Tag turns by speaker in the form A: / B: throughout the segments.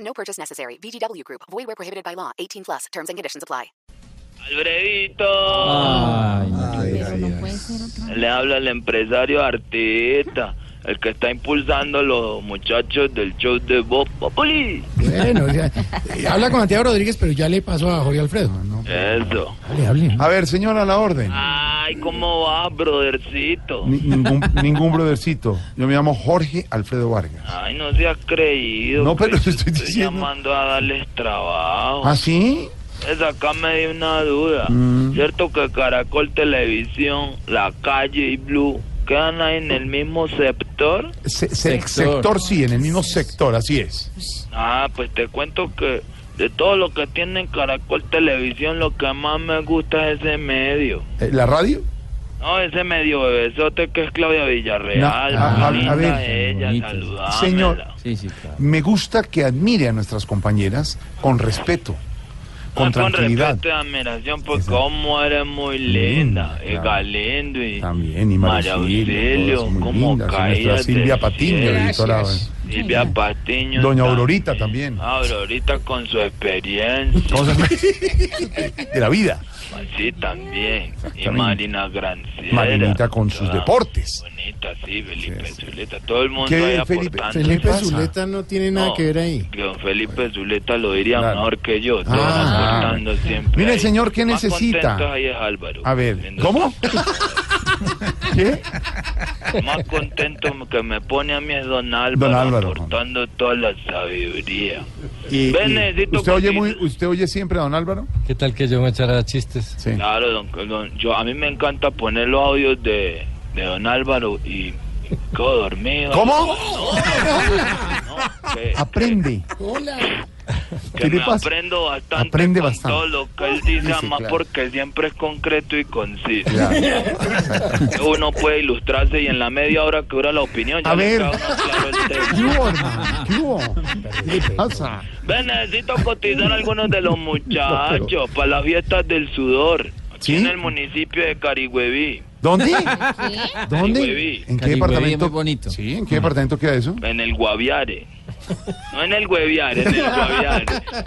A: No purchase necessary. VGW Group. Void where prohibited by law. 18 plus. Terms and conditions apply.
B: Alfredito,
C: Ay, no, qué
D: Pero no
C: gracia.
D: puede ser otra vez.
B: le habla el empresario artista, el que está impulsando a los muchachos del show de Bob Populi.
C: Bueno, o sea, eh, habla con Santiago Rodríguez, pero ya le pasó a Jorge Alfredo. No,
B: Eso.
C: hable, hable.
E: A ver, señora, la orden.
B: Ay, ¿cómo va, brothercito?
E: Ni- ningún, ningún brothercito. Yo me llamo Jorge Alfredo Vargas.
B: Ay, no se ha creído.
E: No, pero
B: que
E: te
B: yo
E: estoy diciendo.
B: llamando a darles trabajo.
E: ¿Ah, Mm. sí?
B: Sácame de una duda. ¿Cierto que Caracol Televisión, La Calle y Blue quedan ahí en el mismo sector?
E: Se- se-
C: Sector.
E: sector. sí, en el mismo sector, así es.
B: Ah, pues te cuento que de todo lo que tiene en Caracol Televisión, lo que más me gusta es ese medio.
E: Eh, ¿La radio?
B: No, ese medio bebesote que es Claudia
E: No,
B: Villarreal.
E: a-
B: muy
E: a- a
B: linda
E: ver.
B: ella, Ah,
C: Bonito.
B: saludámela.
E: Señor.
C: Sí, sí, claro.
E: Me gusta que admire a nuestras compañeras con respeto, con
B: No,
E: tranquilidad.
B: Ah, respeto y admiración, porque
E: Exacto.
B: cómo eres muy
E: Linda,
B: linda, y
E: claro.
B: Galindo y
E: También, y
B: María
E: María
B: Auxilio,
E: todas muy
B: cómo
E: lindas, y
B: caídas
E: nuestra
B: del
E: Silvia Patiño,
B: cielo.
E: editora.
B: Silvia Patiño. Ah,
E: Doña Aurorita también.
B: Aurorita con su experiencia.
E: ¿Cómo se llama? De la vida.
B: Sí, también. Y
E: Exactamente.
B: Marina Granciera.
E: Marinita con sus
B: Ah,
E: deportes.
B: Bonita, sí, Felipe
E: Sí, sí.
B: Zuleta. Todo el mundo
E: ¿Qué,
B: ahí
E: Felipe?
B: aportando.
E: Felipe
C: Pepe
E: pasa?
C: Zuleta no tiene nada
B: No,
C: que ver ahí.
B: que don Felipe Zuleta lo diría
E: Claro.
B: mejor que yo. Todos
E: Ah.
B: aportando siempre.
E: Mire,
B: ahí.
E: señor, ¿qué
B: Más
E: necesita?
B: contento ahí es Álvaro.
E: A ver,
B: Viendo-
E: ¿cómo? ¿Qué?
B: Más contento que me pone a mí es don Álvaro.
E: Don Álvaro.
B: Aportando toda la sabiduría.
E: Y- y-
B: Ven, necesito
E: ¿usted, oye
B: cotiz-
E: muy, ¿Usted oye siempre a don Álvaro?
F: ¿Qué tal que yo me echara chistes?
E: Sí.
B: Claro, don, don- yo, a mí me encanta poner los audios de, de don Álvaro y quedo dormido.
E: ¿Cómo? Ah,
B: No, que-
E: Aprende.
C: Hola.
B: que
E: ¿Qué le
B: me
E: pasa?
B: aprendo bastante
E: Aprende
B: con
E: bastante.
B: todo lo que él dice,
E: Sí, sí,
B: además
E: claro.
B: porque siempre es concreto y conciso.
E: Ya.
B: Uno puede ilustrarse y en la media hora que dura la opinión ya
E: A
B: le
E: ver.
B: queda uno claro el tema.
E: ¿Qué hubo, hermano? ¿Qué hubo? ¿Qué pasa?
B: Ven, necesito cotizar a algunos de los muchachos para las fiestas del sudor. Aquí
E: ¿Sí?
B: en el municipio de Carihueví.
E: ¿Dónde?
D: ¿Qué?
E: ¿Dónde?
B: Carihueví.
E: ¿En qué
C: Carihueví,
E: departamento?
C: muy bonito.
E: Sí, ¿en qué departamento queda eso?
B: En el Guaviare. No en el Guaviare, en el Guaviare.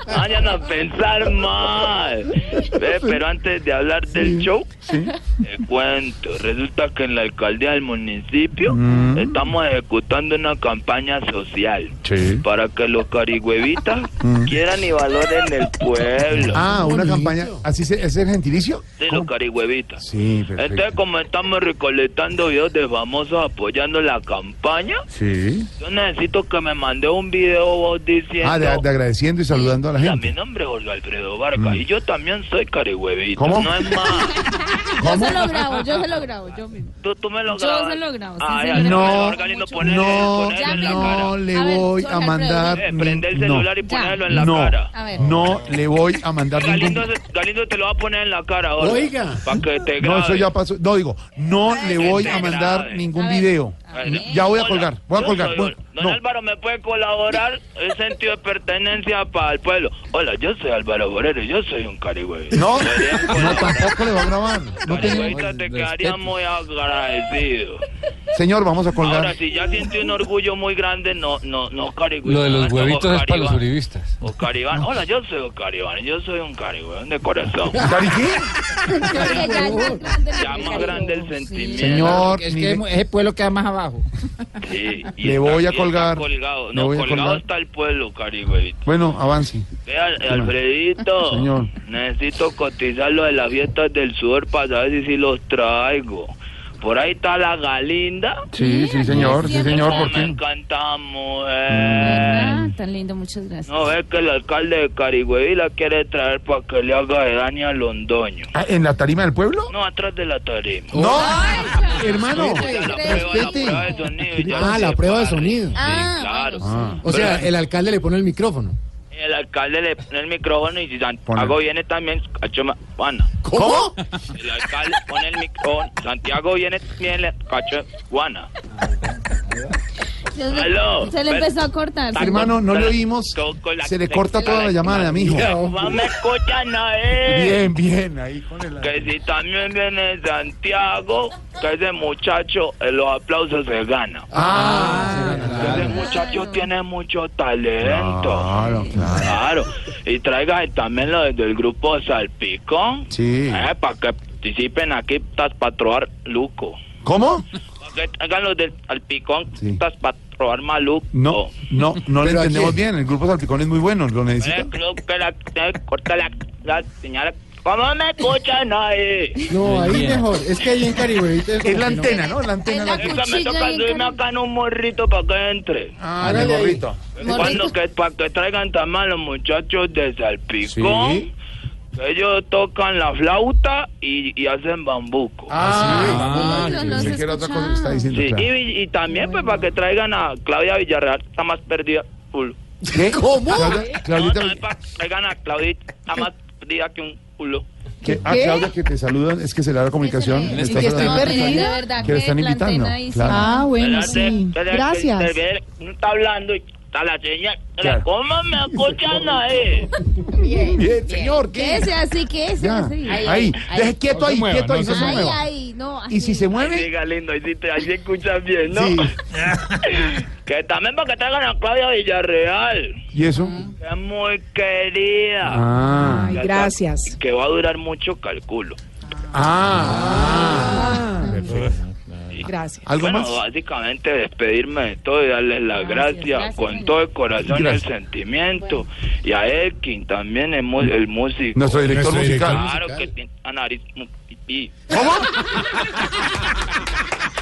B: Vayan a pensar mal. Ve, pero antes de hablar del show,
E: Sí.
B: te cuento. Resulta que en la alcaldía del municipio
E: Mm.
B: estamos ejecutando una campaña social.
E: Sí.
B: Para que los carigüevitas quieran y valoren el pueblo.
E: Mm. Ah, una
C: Bonito.
E: campaña. ¿Así se, es el gentilicio?
B: de
E: ¿Cómo?
B: los carigüevitas.
E: Sí,
B: Entonces,
E: perfecto.
B: como estamos recolectando videos de famosos apoyando la campaña,
E: Sí.
B: yo necesito que me mande un video vos diciendo...
E: Ah, de, de agradeciendo y saludando a la
B: mi
E: gente.
B: nombre es Jorge Alfredo Vargas y yo también soy carigüevita.
E: ¿Cómo?
B: No es más.
D: Yo se lo grabo, yo se lo grabo, yo mismo.
B: Tú, tú me lo
D: Yo
B: grabas. Ah,
D: se lo grabo, sí,
B: Ay,
D: señor.
B: ay,
E: No,
B: mejor, Galindo, ponele-
E: No,
B: ponele en la
E: no
B: cara.
E: le
D: A ver,
E: voy
D: Jorge
E: a mandar.
D: Alfredo.
B: Eh, prende el celular y
D: Ya.
B: ponelo en la
E: no,
B: cara.
D: A ver.
E: No le voy a mandar ningún.
B: Galindo, se- Galindo te lo va a poner en la cara ahora.
C: Oiga.
B: Para que te
E: No, eso
B: grabe.
E: ya pasó. No, digo, no le voy a
B: grave.
E: mandar ningún
D: A ver.
E: video.
D: A ver.
E: Ya voy a
B: Hola,
E: colgar, voy a
B: yo
E: colgar.
B: soy
E: voy-
B: Don
E: no.
B: Álvaro, ¿me puede colaborar? El sentido de pertenencia para el pueblo. Hola, yo soy Álvaro Borero, yo soy un carigüey.
E: No, no, tampoco le va a grabar. No tiene-
B: Carigüeyita, te quedaría muy agradecido.
E: Señor, vamos a
B: Ahora,
E: colgar.
B: si ya siente un orgullo muy grande, no, no, no, carigüey.
F: Lo de los
B: no,
F: huevitos es para los
B: Oscar Iván.
F: uribistas.
B: Oscar Iván. Hola, yo soy Oscar Iván, yo soy un carigüey de corazón.
E: ¿Cari qué?
D: Ya, ya, ya, grande el
B: Ya más
D: cariño.
B: grande el
D: Sí.
B: sentimiento.
E: Señor, mire,
C: ese pueblo queda más abajo.
B: Sí, y
E: Le
B: está-
E: voy a
B: y está
E: colgar.
B: Colgado.
E: Le
B: No,
E: voy a
B: colgado
E: colgar.
B: está el pueblo, carigüey.
E: bueno, avance.
B: Vea, Alfredito,
E: Señor.
B: necesito cotizar lo de las fiestas del sur para saber si, si los traigo. Por ahí está la Galinda.
E: Sí, sí, señor, sí, señor,
B: Como
E: ¿por Mm.
B: me
E: qué?
B: encanta, mujer.
D: ¿Verdad? Tan lindo, muchas gracias.
B: No ves que el alcalde de Carigüey la quiere traer para que le haga de daño a Londoño.
E: Ah, ¿En la tarima del pueblo?
B: No, atrás de la tarima.
E: No, hermano,
B: Ya la prueba, la prueba de
E: respete.
B: sonido, ya
C: Ah,
B: se
C: la prueba de
B: para.
C: sonido.
B: Sí,
D: Ah,
B: claro.
D: bueno,
E: sí.
C: O sea, el alcalde le pone el micrófono.
B: El alcalde le pone el micrófono y si Santiago
E: Pone.
B: viene también, cacho ma- pana.
E: ¿Cómo?
B: El alcalde pone el micrófono, Santiago viene también, le cacho guana.
D: Se le-
B: Aló.
D: Se le empezó a cortar.
B: Tan-
E: Hermano, no le oímos.
B: Con- con la-
E: Se le corta toda la llamada, mijo.
B: No me escuchan a él.
E: Bien, bien, ahí con el...
B: Que si también viene Santiago, que ese muchacho, eh, los aplausos se gana.
E: Ah,
B: Ese muchacho tiene mucho talento.
E: Claro, claro.
B: Claro. Y traigan también lo del grupo Salpicón.
E: Sí.
B: Eh, para que participen aquí, tas patroar Luco.
E: ¿Cómo?
B: Para que traigan los del Salpicón,
E: Sí.
B: tas patroar Maluco.
E: No, no, no lo
C: ¿Pero a
E: entendemos
C: quién?
E: bien. El grupo Salpicón es muy bueno, lo necesita.
B: Eh, El club que la, que corta la, la señal. ¿Cómo me escuchan ahí?
C: No, ahí
F: Bien.
C: mejor. Es que ahí en Caribe.
E: Es la antena, ¿no? La antena.
D: Es
E: la-
D: la-
B: Es que me
D: Cuchilla
B: toca
D: en
B: subirme
D: cara.
B: acá en un morrito para que entre.
E: Ah, el gorrito.
B: Cuando que, para que traigan también a los muchachos de Salpicón.
E: Sí.
B: que Ellos tocan la flauta y, y hacen bambuco.
E: Ah,
F: Ah,
D: no,
F: que
D: no
E: sí.
D: se
E: Pensé que era otra cosa que está
D: escuchaba.
E: diciendo.
B: Sí,
E: claro.
B: y, y también pues para que traigan a Claudia Villarreal, está más perdida. Culo.
E: ¿Qué? ¿Cómo?
B: No,
E: Claudita,
B: también para que traigan a Claudita, está más perdida que un culo.
E: que- a Claudia que te saludan, es que se le da la comunicación.
D: Que se le-
E: le
F: Y
E: está
F: que
D: No,
E: saludando.
D: pero de verdad
E: Que le están
D: la antena
E: invitando,
D: ahí sí.
E: claro.
G: Ah, bueno,
B: ¿Verdad?
G: sí.
B: ¿Verdad?
G: Gracias.
B: ¿Verdad? No está hablando y está la señal.
E: Claro.
B: ¿Cómo me escuchan ahí?
E: Bien, señor, ¿qué?
D: Quédese así, quédese
E: Ya,
D: así.
E: ahí, deje quieto
C: No se
E: ahí,
C: mueva,
E: quieto ahí,
C: no
E: no
C: se
E: se
D: Ay,
E: mueva.
D: ay, no.
E: Y si
D: así.
E: se
B: Ahí
E: mueve,
B: diga lindo, ahí, sí te, ahí se escucha bien, ¿no?
E: sí.
B: Que también para que traigan a Claudia Villarreal,
E: ¿Y eso?
B: que es muy querida.
E: Ah,
G: Ay, gracias.
B: Que va a durar mucho, calculo.
E: ah.
G: Gracias.
E: ¿Algo
B: bueno,
E: más?
B: básicamente despedirme de todo y darles las gracias,
D: gracias,
B: con
D: señor.
B: todo el corazón y
E: Gracias.
B: el sentimiento. Y a Elkin también, el, mu- el músico.
E: Nuestro director
C: Nuestro director
E: musical.
B: claro que tiene la nariz muy pipí.
E: ¿Cómo?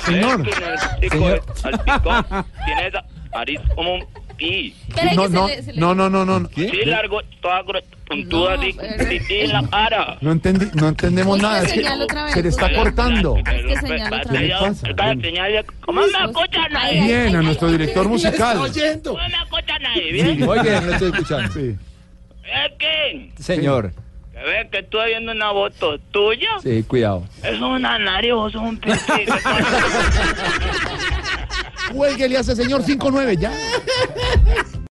E: Señor.
B: Elkin, el chico
E: Señor.
B: de Salpicón, tiene esa nariz como un pi.
D: Espera que
E: No,
D: se
E: no,
D: le- se le-
E: no, no, no, no. no.
B: Sí, largo, toda gro- puntuda,
D: No,
B: así,
D: pero-
B: pipí en la cara.
E: No, entendí, no entendemos
D: Es que
E: nada. es que
D: señal otra vez.
E: se le está
D: Ay,
E: cortando.
D: Es que señala otra
E: vez.
B: Cada señal, ¿Cómo me escuchan ahí?
D: Ay,
E: Bien,
D: ay,
E: a
D: ay,
E: nuestro
D: ay,
E: director musical.
C: oyendo.
B: ¿eh? ¿Cómo me escuchan ahí? ¿Bien?
H: Oye, no estoy escuchando.
E: Sí.
B: Elkin.
H: Señor,
B: Que ve que estoy viendo una foto tuya.
H: sí, cuidado.
B: Es una nariz, vos sos un pichi.
E: Cuelgue, le hace señor 5-9, ya.